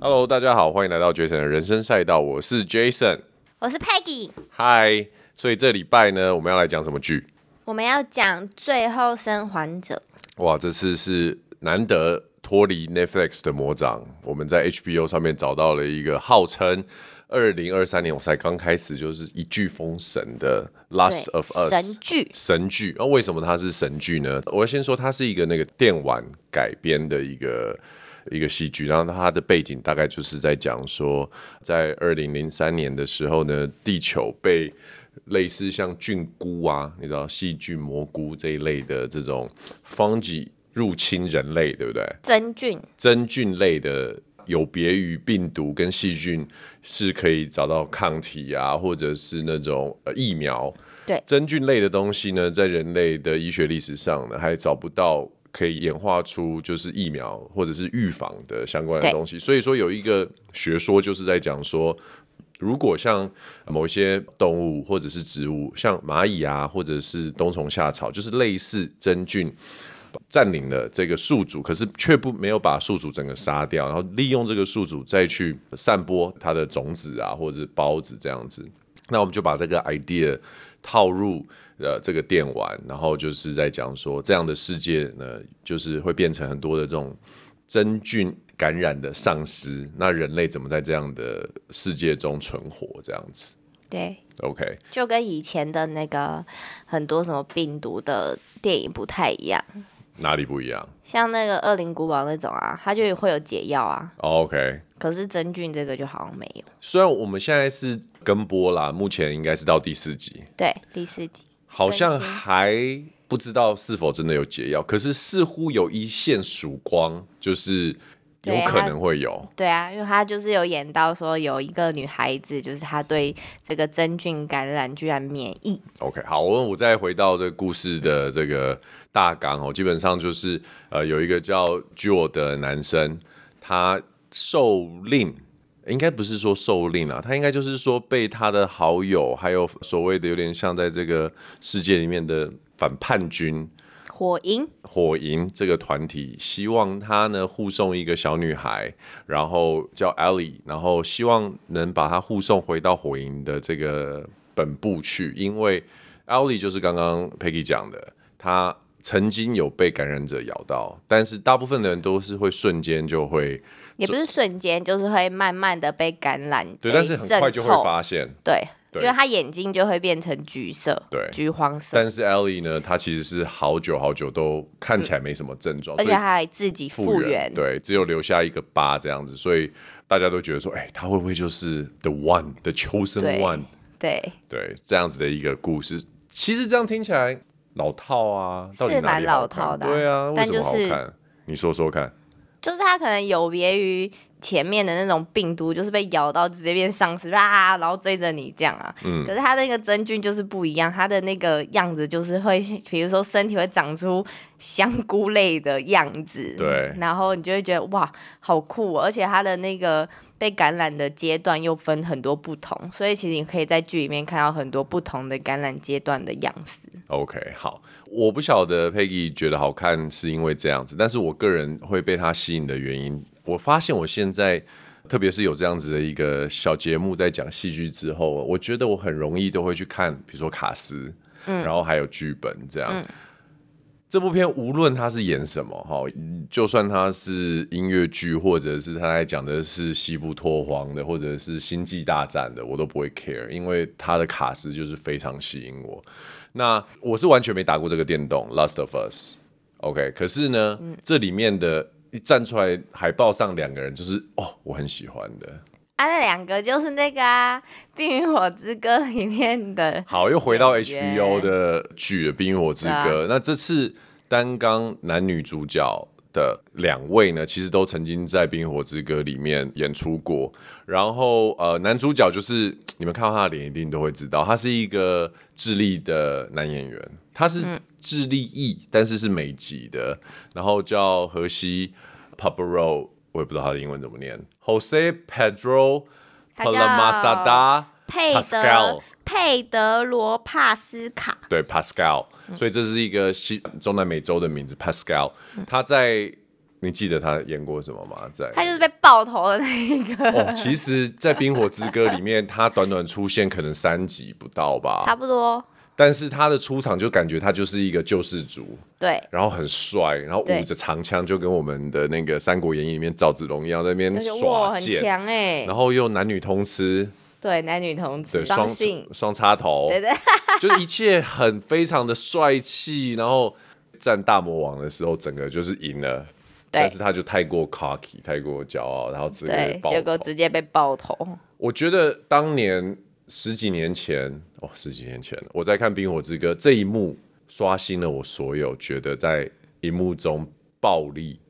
Hello，大家好，欢迎来到 Jason 的人生赛道，我是 Jason。我是 Peggy，嗨，所以这礼拜呢，我们要来讲什么剧？我们要讲《最后生还者哇，这次是难得脱离 Netflix 的魔掌，我们在 HBO 上面找到了一个号称二零二三年我才刚开始就是一剧封神的《对 Last of Us》神剧，神剧。那、为什么它是神剧呢？我要先说它是一个那个电玩改编的一个。一个戏剧，然后它的背景大概就是在讲说，在二零零三年的时候呢，地球被类似像菌菇啊，你知道细菌、蘑菇这一类的这种 fungi 入侵人类，对不对？真菌，真菌类的，有别于病毒跟细菌，是可以找到抗体啊，或者是那种呃疫苗。对真菌类的东西呢，在人类的医学历史上呢，还找不到可以演化出就是疫苗或者是预防的相关的对东西。所以说，有一个学说就是在讲说，如果像某些动物或者是植物，像蚂蚁啊，或者是冬虫夏草，就是类似真菌占领了这个宿主，可是却不没有把宿主整个杀掉，然后利用这个宿主再去散播它的种子啊，或者是孢子这样子。那我们就把这个 idea 套入呃这个电玩，然后就是在讲说这样的世界呢，就是会变成很多的这种真菌感染的丧失，那人类怎么在这样的世界中存活？这样子对， ，OK，就跟以前的那个很多什么病毒的电影不太一样，哪里不一样像那个《恶灵古堡》那种啊，它就会有解药啊，哦？OK，可是真菌这个就好像没有。虽然我们现在是跟播啦，目前应该是到第四集，对，第四集，好像更新还不知道是否真的有解药，可是似乎有一线曙光，就是有对可它能会有。对啊，因为他就是有演到说有一个女孩子，就是她对这个真菌感染居然免疫， OK，好，我我再回到这个故事的这个大纲哦，基本上就是呃，有一个叫 Joe 的男生，他受令，应该不是说受令啊，他应该就是说被他的好友，还有所谓的有点像在这个世界里面的反叛军火影火影这个团体，希望他呢护送一个小女孩，然后叫 Ellie，然后希望能把她护送回到火影的这个本部去，因为 Ellie 就是刚刚 Peggy 讲的，她曾经有被感染者咬到，但是大部分的人都是会瞬间就会也不是瞬间，就是会慢慢的被感染，对，被但是很快就会渗透发现。对，对因为他眼睛就会变成橘色，对橘黄色，但是 Ellie 呢，她其实是好久好久都看起来没什么症状，而且所以他还自己复复原，原，对，只有留下一个疤这样子，所以大家都觉得说，哎、他会不会就是 the one 的秋生对 one？对，对，这样子的一个故事，其实这样听起来老套啊，到底是哪里蛮好老看套的啊对啊，为但什么好就是看？你说说看，就是他可能有别于前面的那种病毒，就是被咬到直接变丧尸啊，然后追着你这样啊。可是他那个真菌就是不一样，他的那个样子就是会，比如说身体会长出香菇类的样子，对然后你就会觉得哇，好酷、哦，而且他的那个。被感染的阶段又分很多不同，所以其实你可以在剧里面看到很多不同的感染阶段的样式。 OK，好，我不晓得 Peggy 觉得好看是因为这样子，但是我个人会被它吸引的原因，我发现我现在，特别是有这样子的一个小节目在讲戏剧之后，我觉得我很容易都会去看，比如说卡斯，然后还有剧本这样。这部片无论它是演什么哈，嗯就算它是音乐剧，或者是它在讲的是西部拓荒的，或者是星际大战的，我都不会 care，因为它的卡斯就是非常吸引我。那我是完全没打过这个电动《Last of Us》，OK，可是呢，这里面的一站出来海报上两个人，就是哦，我很喜欢的。啊，那两个就是那个啊，《冰与火之歌》里面的好，又回到演员 HBO 的剧了《冰与火之歌》对那这次单纲男女主角的两位呢，其实都曾经在《冰与火之歌》里面演出过。然后呃，男主角就是你们看到他的脸，一定都会知道，他是一个智利的男演员，他是智利裔，但是是美籍的，然后叫荷西 p a p a r o 我也不知道他的英文怎么念，Jose Pedro 他叫 Palamasada。佩 Pascal 德佩德罗帕斯卡，对 Pascal，所以这是一个西中南美洲的名字 Pascal。他在你记得他演过什么吗？在他就是被爆头的那一个，哦，其实，在《冰火之歌》里面，他短短出现可能三集不到 差吧，不多。但是他的出场就感觉他就是一个救世主，对，然后很帅，然后对舞着长枪，就跟我们的那个《三国演义》里面赵子龙一样，在那而边且哇，耍很剑，强哎、然后又男女通吃，对，男女同志，对，双双性，双插头， 对对， 就是一切很非常的帅气，然后战大魔王的时候，整个就是赢了。对但是他就太过 cocky，太过骄傲，然后直接对，爆结果头直接被爆头。我觉得当年十几年前，哦，十几年前了我在看《冰火之歌》这一幕，刷新了我所有觉得在荧幕中暴力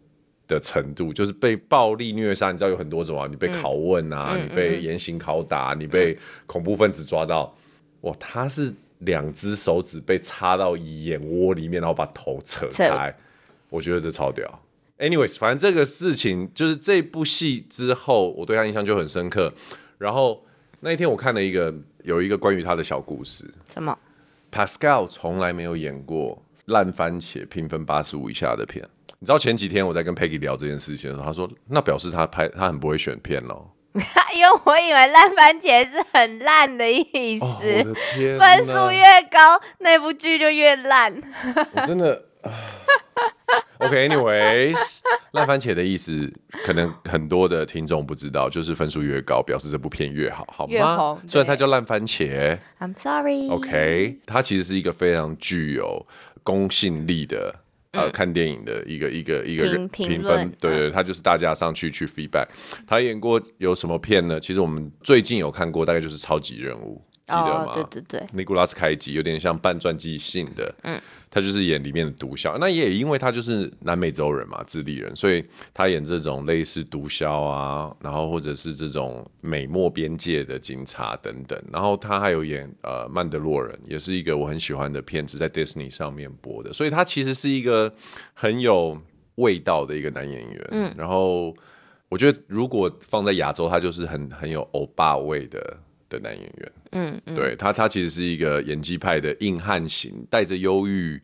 的程度，就是被暴力虐杀。你知道有很多种啊，你被拷问啊，你被严刑拷打，你被恐怖分子抓到，哇，他是两只手指被插到眼窝里面，然后把头扯扯开，我觉得这超屌。Anyways，反正这个事情就是这部戏之后，我对他印象就很深刻。然后那一天我看了一个有一个关于他的小故事什么？ ，Pascal 从来没有演过烂番茄评分八十五以下的片。你知道前几天我在跟 Peggy 聊这件事情的时候，他说那表示他拍他很不会选片咯。因为我以为烂番茄是很烂的意哦，我思，的天呐，分数越高，那部剧就越烂。我真的。啊 OK，anyways，、烂 番茄的意思，可能很多的听众不知道，就是分数越高，表示这部片越好，好越吗红？虽然它对嗯叫烂番茄 I'm sorry。 ，OK，它其实是一个非常具有公信力的。呃，看电影的一个一个一个嗯评人评评论嗯分，对对，他就是大家上去去 feedback。他演过有什么片呢？其实我们最近有看过，大概就是《超级任务》，记得吗？哦，对对对，尼古拉斯凯奇有点像半传记性的，嗯，他就是演里面的毒枭。那也因为他就是南美洲人嘛，智利人，所以他演这种类似毒枭啊，然后或者是这种美墨边界的警察等等。然后他还有演呃《曼德洛人》，也是一个我很喜欢的片子，在 Disney 上面播的。所以他其实是一个很有味道的一个男演员。嗯，然后我觉得如果放在亚洲，他就是很很有欧巴味的的男演员。嗯对他，他其实是一个演技派的硬汉型，带着忧郁，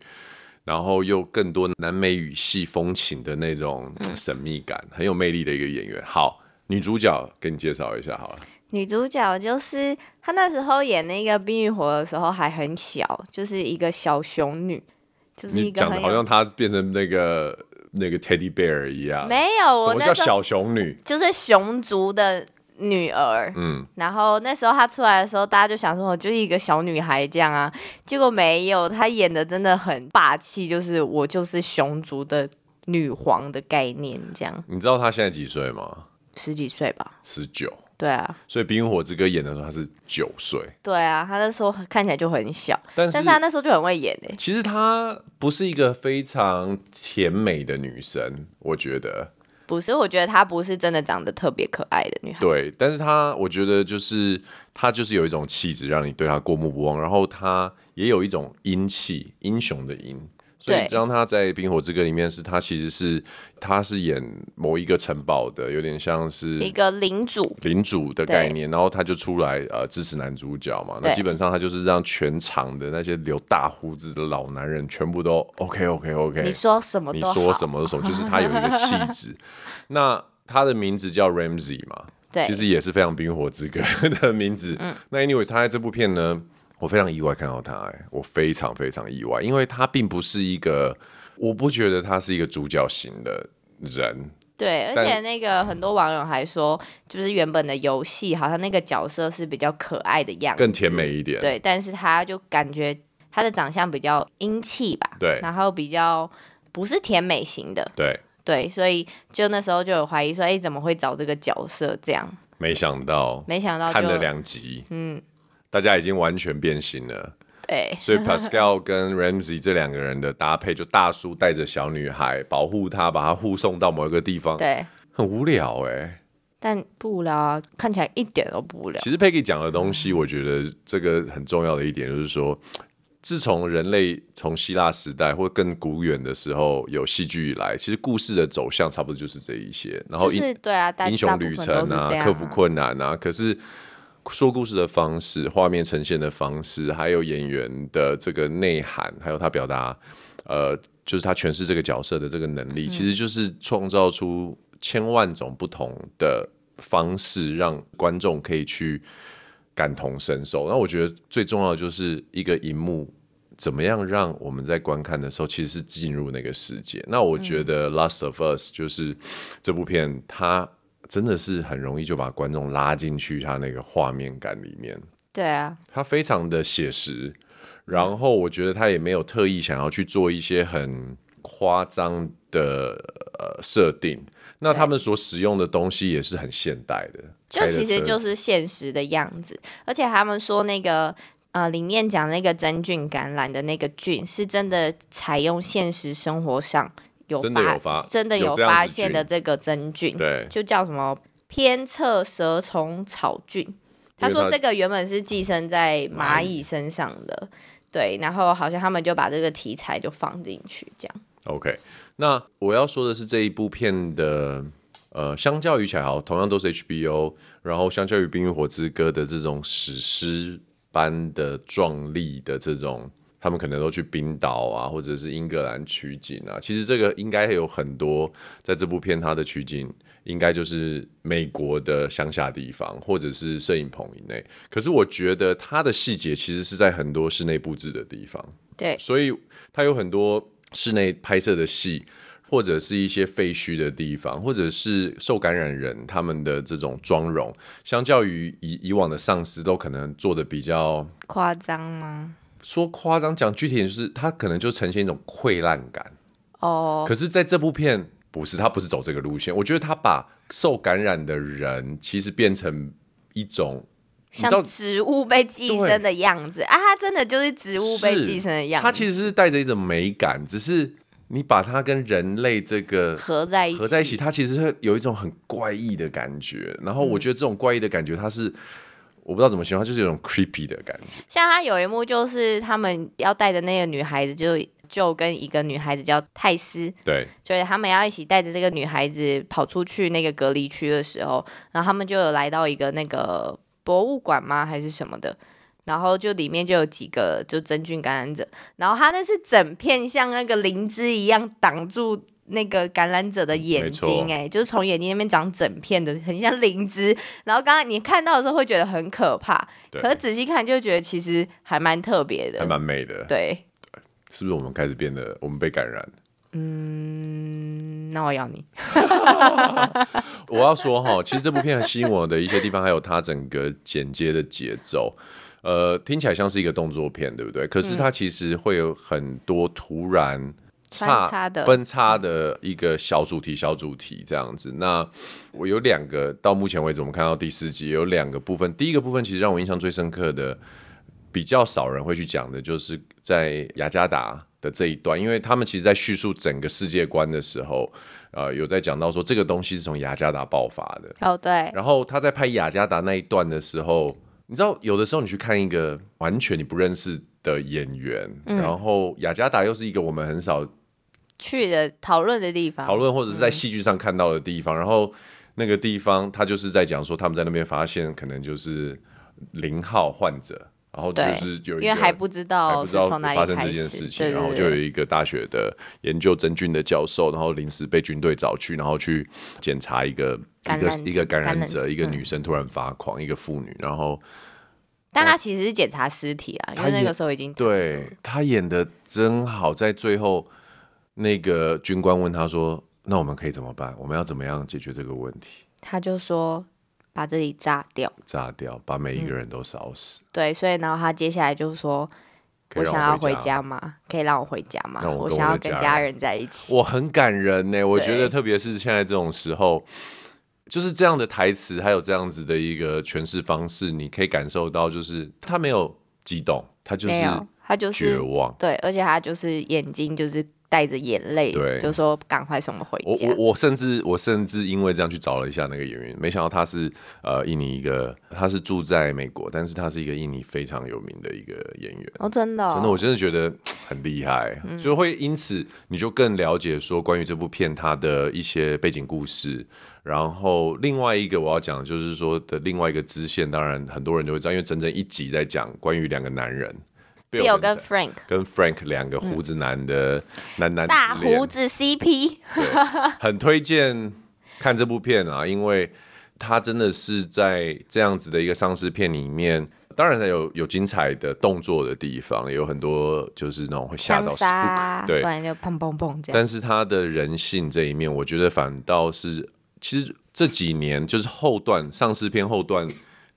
然后又更多南美语系风情的那种嗯神秘感，很有魅力的一个演员。好，女主角给你介绍一下好了。女主角就是她那时候演那个《冰与火》的时候还很小，就是一个小熊女，就是一你个讲的很好像有她变成那个那个 teddy bear 一样，没有什我么那叫时候小熊女？就是熊族的女儿。嗯，然后那时候她出来的时候，大家就想说，我就是一个小女孩这样啊。结果没有，她演的真的很霸气，就是我就是熊族的女皇的概念，这样你知道她现在几岁吗？十几岁吧？十九。对啊，所以《冰与火之歌》演的时候，她是九岁，对啊，她那时候看起来就很小，但但是是她那时候就很会演诶、欸其实她不是一个非常甜美的女生，我觉得。不是，我觉得她不是真的长得特别可爱的女孩。对，但是他我觉得就是他就是有一种气质，让你对他过目不忘，然后他也有一种英气，英雄的英。所以对让他在《冰火之歌》里面是，他其实是他是演某一个城堡的，有点像是一个领主，领主的概念，然后他就出来呃支持男主角嘛。那对基本上他就是让全场的那些留大胡子的老男人全部都 OK OK OK。你说什么你都好，说什么都什么，就是他有一个 气质。那他的名字叫 Ramsey 嘛，对嗯其实也是非常冰火之歌的名字。那 anyways，他在这部片呢，我非常意外看到他、哎，我非常非常意外，因为他并不是一个，我不觉得他是一个主角型的人，对，而但且那个很多网友还说，就是原本的游戏好像那个角色是比较可爱的样子，更甜美一点。对，但是他就感觉他的长相比较英气吧，对然后比较不是甜美型的，对，对，所以就那时候就有怀疑说，哎，怎么会找这个角色这样？没想到没想到就看了两集，嗯，大家已经完全变心了。对所以 Pascal 跟 Ramsey 这两个人的搭配，就大叔带着小女孩保护她，把她护送到某一个地方，对，很无聊哎、但不无聊啊，看起来一点都不无聊。其实 Peggy 讲的东西，我觉得这个很重要的一点就是说，自从人类从希腊时代或更古远的时候有戏剧以来，其实故事的走向差不多就是这一些，然后就一。是对啊，大英雄旅程大部分都是啊这，样克服困难啊。可是说故事的方式、画面呈现的方式，还有演员的这个内涵，还有他嗯表达，呃，就是他诠释这个角色的这个能力，其实就是创造出千万种不同的方式，让观众可以去感同身受。那我觉得最重要的就是一个荧幕。怎么样让我们在观看的时候，其实是进入那个世界？那我嗯觉得《Last of Us》就是这部片，它真的是很容易就把观众拉进去它那个画面感里面。对啊，它非常的写实，然后我觉得他也没有特意想要去做一些很夸张的呃设定。那他们所使用的东西也是很现代的，就其开实的车就是现实的样子。而且他们说那个呃，里面讲那个真菌感染的那个菌，是真的采用现实生活上有真的有发真的有有这样子发菌现的这个真菌，对就叫什么偏侧蛇虫草菌。他因为它说这个原本是寄生在蚂蚁身上的，对，然后好像他们就把这个题材就放进去，这样 OK，那我要说的是这一部片的，呃，相较于起来好，同样都是 HBO，然后相较于《冰与火之歌》的这种史诗般的壮丽的这种，他们可能都去冰岛啊，或者是英格兰取景啊。其实这个应该有很多，在这部片它的取景应该就是美国的乡下地方，或者是摄影棚以内。可是我觉得它的细节其实是在很多室内布置的地方。对，所以它有很多室内拍摄的戏，或者是一些废墟的地方，或者是受感染人他们的这种妆容，相较于以以往的丧尸，都可能做的比较夸张吗？说夸张，讲具体点就是它可能就呈现一种溃烂感。哦、可是在这部片不是，他不是走这个路线。我觉得他把受感染的人其实变成一种，你知道像植物被寄生的样子啊，它真的就是植物被寄生的样子，它其实是带着一种美感，只是你把它跟人类这个合在一起，合在一起，它其实会有一种很怪异的感觉。然后我觉得这种怪异的感觉，它是我不知道怎么形容，它就是有一种 creepy 的感觉。像他有一幕就是他们要带着那个女孩子就，就跟一个女孩子叫泰斯，对，就是他们要一起带着这个女孩子跑出去那个隔离区的时候，然后他们就有来到一个那个博物馆吗还是什么的。然后就里面就有几个就真菌感染者，然后他那是整片像那个灵芝一样挡住那个感染者的眼睛、嗯没错哎，就是从眼睛那边长整片的，很像灵芝。然后刚刚你看到的时候会觉得很可怕，对可是仔细看就觉得其实还蛮特别还的，蛮美的。对。是不是我们开始变得我们被感染？嗯，那我要你。我要说哈， 其实这部片很吸引我的一些地方，还有它整个剪接的节奏。呃，听起来像是一个动作片，对不对？可嗯是它其实会有很多突然穿插的分叉的一个小主题、小主题这样子。那我有两个，到目前为止我们看到第四集有两个部分。第一个部分其实让我印象最深刻的，比较少人会去讲的，就是在雅加达的这一段，因为他们其实在叙述整个世界观的时候，呃，有在讲到说这个东西是从雅加达爆发的。哦，对，然后他在拍雅加达那一段的时候，你知道，有的时候你去看一个完全你不认识的演员，嗯然后雅加达又是一个我们很少去的讨论的地方，讨论或者是嗯在戏剧上看到的地方，然后那个地方他就是在讲说他们在那边发现可能就是零号患者，然后就对，是有一因为个还不知还道不知哦是道从哪里发生开这始，件事情，对对然后对就有一个大学的研究真菌的教授，然后临时被军队找去，然后去检查一个一感个染者一个感感染染者者，一个嗯女生突然发狂，一个妇女，然后但他其实是检查尸体啊，因他为那也个时候已经对他演的真好，在最后那个军官问他说：“那我们可以怎么办？我们要怎么样解决这个问题？他就说把这里炸掉，炸掉，把每嗯一个人都烧死，对，所以然后他接下来就说，可以我让想要回回家吗？可以让我回家吗？让我跟想我要的跟家家人人在一起，我很感人呢、我觉得对特别是现在这种时候，就是这样的台词，还有这样子的一个诠释方式，你可以感受到，就是他没有激动，他就没是有，他就绝是望。对，而且他就是眼睛就是带着眼泪，对就说赶快送我回我家我，我甚至我甚至因为这样去找了一下那个演员，没想到他是呃印尼一个，他是住在美国，但是他是一个印尼非常有名的一个演员。哦，真的哦，嗯真的，我真的觉得很厉害，就会因此你就更了解说关于这部片它的一些背景故事。然后另外一个我要讲的就是说的另外一个支线，当然很多人就会知道，因为整整一集在讲关于两个男人 Bill 跟 Frank 跟 Frank 两个胡子男的男男大之恋胡子 CP，很推荐看这部片啊，因为它真的是在这样子的一个丧尸片里面，当然它有有精彩的动作的地方，也有很多就是那种会吓到枪杀 spook，啊，对不，然就砰砰砰这样。但是他的人性这一面，我觉得反倒是，其实这几年就是后段丧尸片后段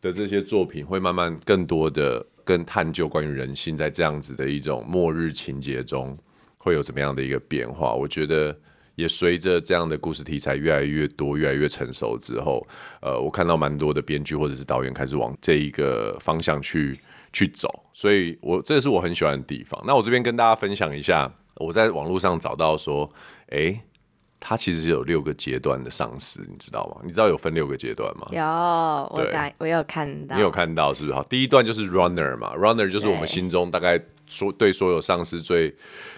的这些作品，会慢慢更多的跟探究关于人性在这样子的一种末日情节中会有怎么样的一个变化。我觉得也随着这样的故事题材越来越多、越来越成熟之后，呃，我看到蛮多的编剧或者是导演开始往这一个方向去去走，所以我这是我很喜欢的地方。那我这边跟大家分享一下，我在网络上找到说，诶，它其实有六个阶段的丧尸，你知道吗？你知道有分六个阶段吗？有，我对打我有看到，你有看到是不是？好，第一段就是 runner 嘛，runner 就是我们对心中大概说对所有丧尸最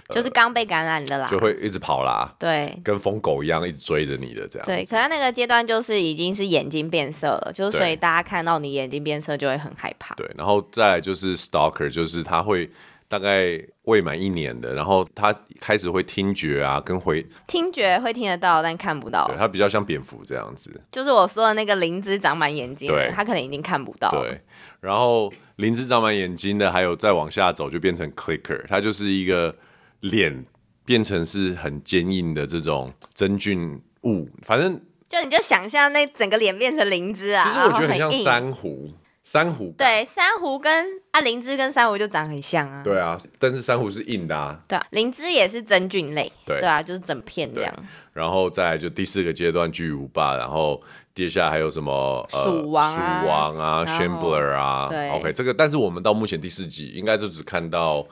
就是刚被感染的啦呃就。会一直跑啦，对跟疯狗一样一直追着你的这样。对，可他那个阶段就是已经是眼睛变色了，就是对所以大家看到你眼睛变色就会很害怕。对，然后再来就是 stalker，就是他会大概未满一年的，然后他开始会听觉啊，跟回，听觉会听得到，但看不到对。他比较像蝙蝠这样子，就是我说的那个灵芝长满眼睛的对，他可能已经看不到。，对。然后林子长满眼睛的，还有再往下走就变成 clicker，它就是一个脸变成是很坚硬的这种真菌物，反正就你就想象那整个脸变成灵芝啊，其实我觉得然后很很像硬。珊瑚，珊瑚感对，珊瑚跟啊灵芝跟珊瑚就长很像啊。对啊，但是珊瑚是硬的啊，对啊，灵芝也是真菌类。对啊，就是整片这样。然后再来就第四个阶段巨无霸，然后接下来还有什么呃鼠王啊鼠王啊、然后 Shambler 啊对，OK，这个但是我们到目前第四集应该就只看到，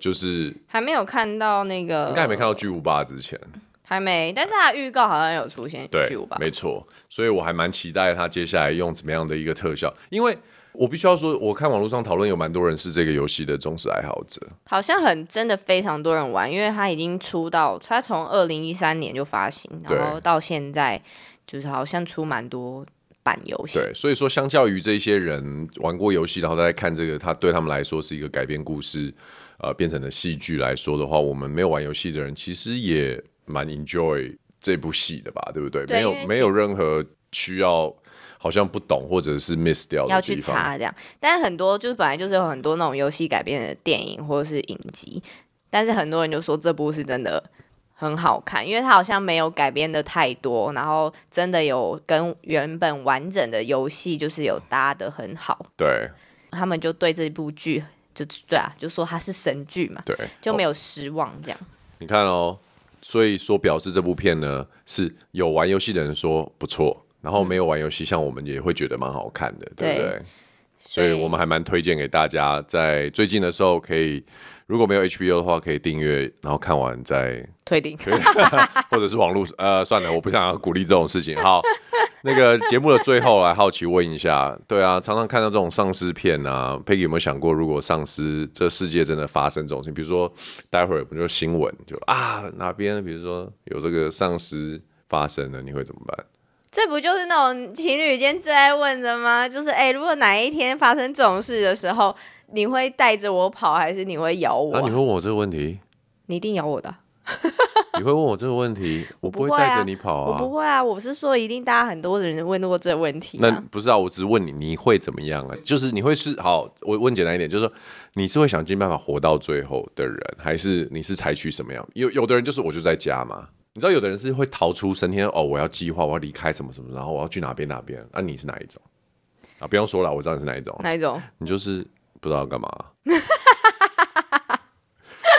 就是应还没有看到那个，该还没看到巨无霸之前，还没，但是它的预告好像有出现对巨无霸，，没错，所以我还蛮期待他接下来用怎么样的一个特效，因为我必须要说，我看网络上讨论有蛮多人是这个游戏的忠实爱好者，好像很真的非常多人玩，因为它已经出到它从二零一三年就发行，对然后到现在就是好像出蛮多版游戏，对，所以说，相较于这些人玩过游戏，然后再来看这个，它对他们来说是一个改编故事，呃，变成了戏剧来说的话，我们没有玩游戏的人其实也蛮 enjoy 这部戏的吧，对不对？对没因为有其没有任何需要好像不懂或者是 miss 掉要的去地方。查这样。但很多就是本来就是有很多那种游戏改编的电影或者是影集，但是很多人就说这部是真的很好看，因为它好像没有改编的太多，然后真的有跟原本完整的游戏就是有搭的很好，对他们就对这部剧就对啊，就说它是神剧嘛，对，就没有、有失望这样。你看哦，所以说表示这部片呢是有玩游戏的人说不错，然后没有玩游戏，像我们也会觉得蛮好看的，对不对对？所以我们还蛮推荐给大家，在最近的时候可以，如果没有 HBO 的话，可以订阅，然后看完再，退订，或者是网络，呃，算了，我不想要鼓励这种事情。好，那个节目的最后来啊好奇问一下，对啊，常常看到这种丧尸片啊，Peggy 有没有想过，如果丧尸这世界真的发生这种事情，比如说待会儿不就新闻就啊哪边，比如说有这个丧尸发生了，你会怎么办？ 这不就是那种情侣间最爱问的吗？就是哎、如果哪一天发生这种事的时候，你会带着我跑，还是你会咬我啊，啊？你会问我这个问题？你一定咬我的啊、你会问我这个问题？我不会不会啊带着你跑我啊。不会啊，我是说一定大家很多人问过这个问题、那啊。嗯不知道，我只是问你，你会怎么样啊？就是你会是好，我问简单一点，就是说你是会想尽办法活到最后的人，还是你是采取什么样？有有的人就是我就在家嘛，你知道有的人是会逃出升天，哦，我要计划，我要离开什么什么，然后我要去哪边哪边。那、你是哪一种？啊，不用说了，我知道你是哪一种，哪一种？你就是不知道 干嘛，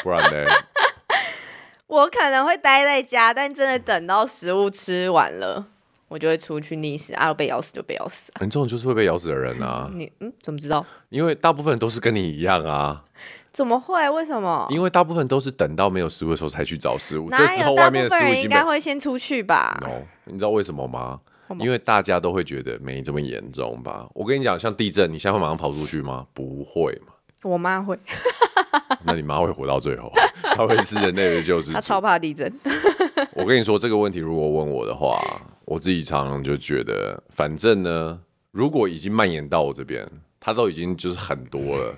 不然呢？我可能会待在家，但真的等到食物吃完了，我就会出去溺死啊！被咬死就被咬死啊！你这种就是会被咬死的人啊，你嗯，怎么知道？因为大部分人都是跟你一样啊。怎么会？为什么？因为大部分都是等到没有食物的时候才去找食物，哪这时候有外大面部的食分物人已经应嗯该没会先出去吧？有。你知道为什么吗？么因为大家都会觉得没这么严重吧。我跟你讲，像地震，你现在会马上跑出去吗？不会 嘛。我妈会，那你妈会活到最后，啊 她会是人类的救世她主超。怕地震。 我跟你说这个问题，如果问我的话，我自己常常就觉得，反正呢，如果已经蔓延到我这边，它都已经就是很多 了，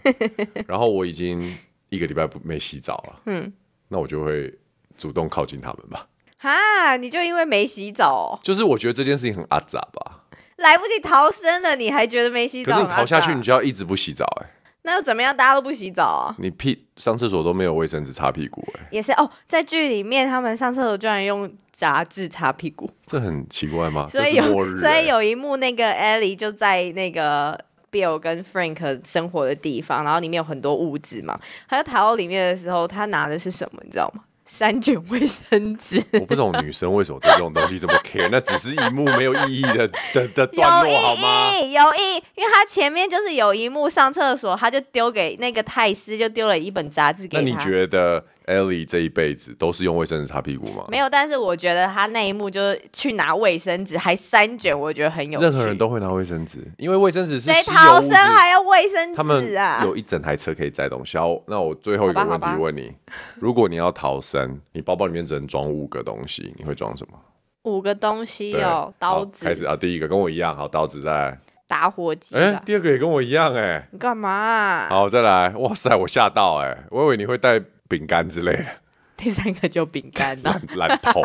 然后我已经一个礼拜不没洗澡了，嗯，那我就会主动靠近他们吧。哈，你就因为没洗澡、哦，就是我觉得这件事情很阿杂吧，来不及逃生了，你还觉得没洗可澡？是你逃下去，阿你杂就要一直不洗澡、哎，那又怎么样？大家都不洗澡啊？你屁上厕所都没有卫生纸擦屁股、哎，也是哦，在剧里面他们上厕所居然用杂志擦屁股，这很奇怪吗？所以啊这是末有日所以哎有一幕那个 Ellie 就在那个 Bill 跟 Frank 生活的地方，然后里面有很多物质嘛，他就逃到里面的时候，他拿的是什么？你知道吗？三卷卫生纸。我不懂女生为什么对这种东西这么 care，那只是一幕没有意义的的 的有段落好吗？意义，有意义，因为他前面就是有一幕上厕所，他就丢给那个泰斯，就丢了一本杂志给那他。你觉得 Ellie 这一辈子都是用卫生纸擦屁股吗？没有，但是我觉得他那一幕就是去拿卫生纸，还三卷，我觉得很有趣。任何人都会拿卫生纸，因为卫生纸是谁稀有逃物生质。还要卫生他们纸啊？有一整台车可以载东西。好，那我最后一个好吧问题好吧问你：如果你要逃生，你包包里面只能装五个东西，你会装什么？五个东西对哦，刀好开始子、啊，第一个跟我一样，好，刀子再来。打火机哎、啦。第二个也跟我一样、哎，你干嘛啊、好，再来。哇塞，我吓到、哎，我以为你会带饼干之类的。 第三个就饼干了。烂 透，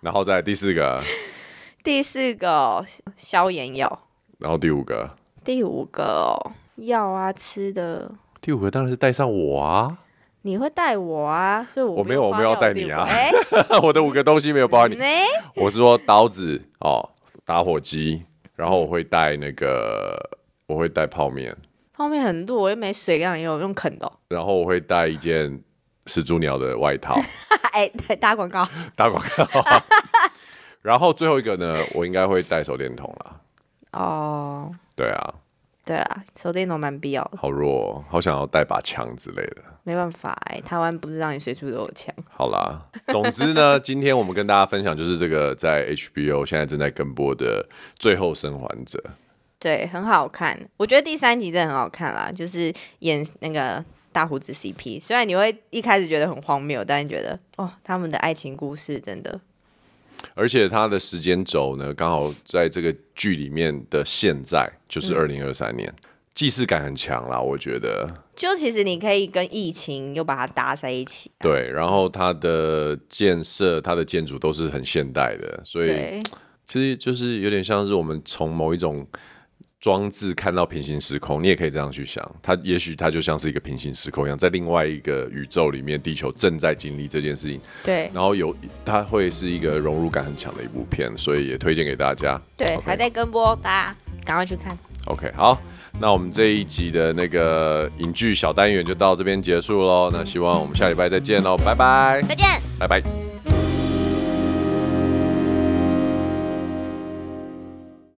然后再来第四个，第四个哦消炎药，然后第五个，第五个哦药啊吃的。第五个当然是带上我啊，你会带我啊，所以我我不没有用我花没有掉带第你五个啊哎， 我的五个东西没有包含 你，呢？我是说刀子哦，打火机，然后我会带那个，我会带泡面，后面很多我又没水量，也有用啃的哦。然后我会带一件始祖鸟的外 套， 哎，对打广告。打广告。 然后最后一个呢，我应该会带手电筒啦。哦，对啊，对啦，手电筒蛮必要的，好弱哦，好想要带把枪之类的。没办法哎、台湾不是让你随处都有枪。好啦，总之呢， 今天我们跟大家分享就是这个在 HBO 现在正在跟播的《最后生还者》，对，很好看。我觉得第三集真的很好看啦，就是演那个大胡子 CP。虽然你会一开始觉得很荒谬，但是觉得哦，他们的爱情故事真的而且它的时间轴呢，刚好在这个剧里面的现在就是二零二三年，既视感很强啦，我觉得。就其实你可以跟疫情又把它搭在一起。对，然后它的建设、它的建筑都是很现代的，所以对，其实就是有点像是我们从某一种装置看到平行时空，你也可以这样去想，它也许它就像是一个平行时空一样，在另外一个宇宙里面，地球正在经历这件事情，对，然后有它会是一个融入感很强的一部片，所以也推荐给大家。对 OK 还在跟播，大家赶快去看。 OK，好，那我们这一集的那个影剧小单元就到这边结束喽，那希望我们下礼拜再见喽，拜拜，再见。拜拜。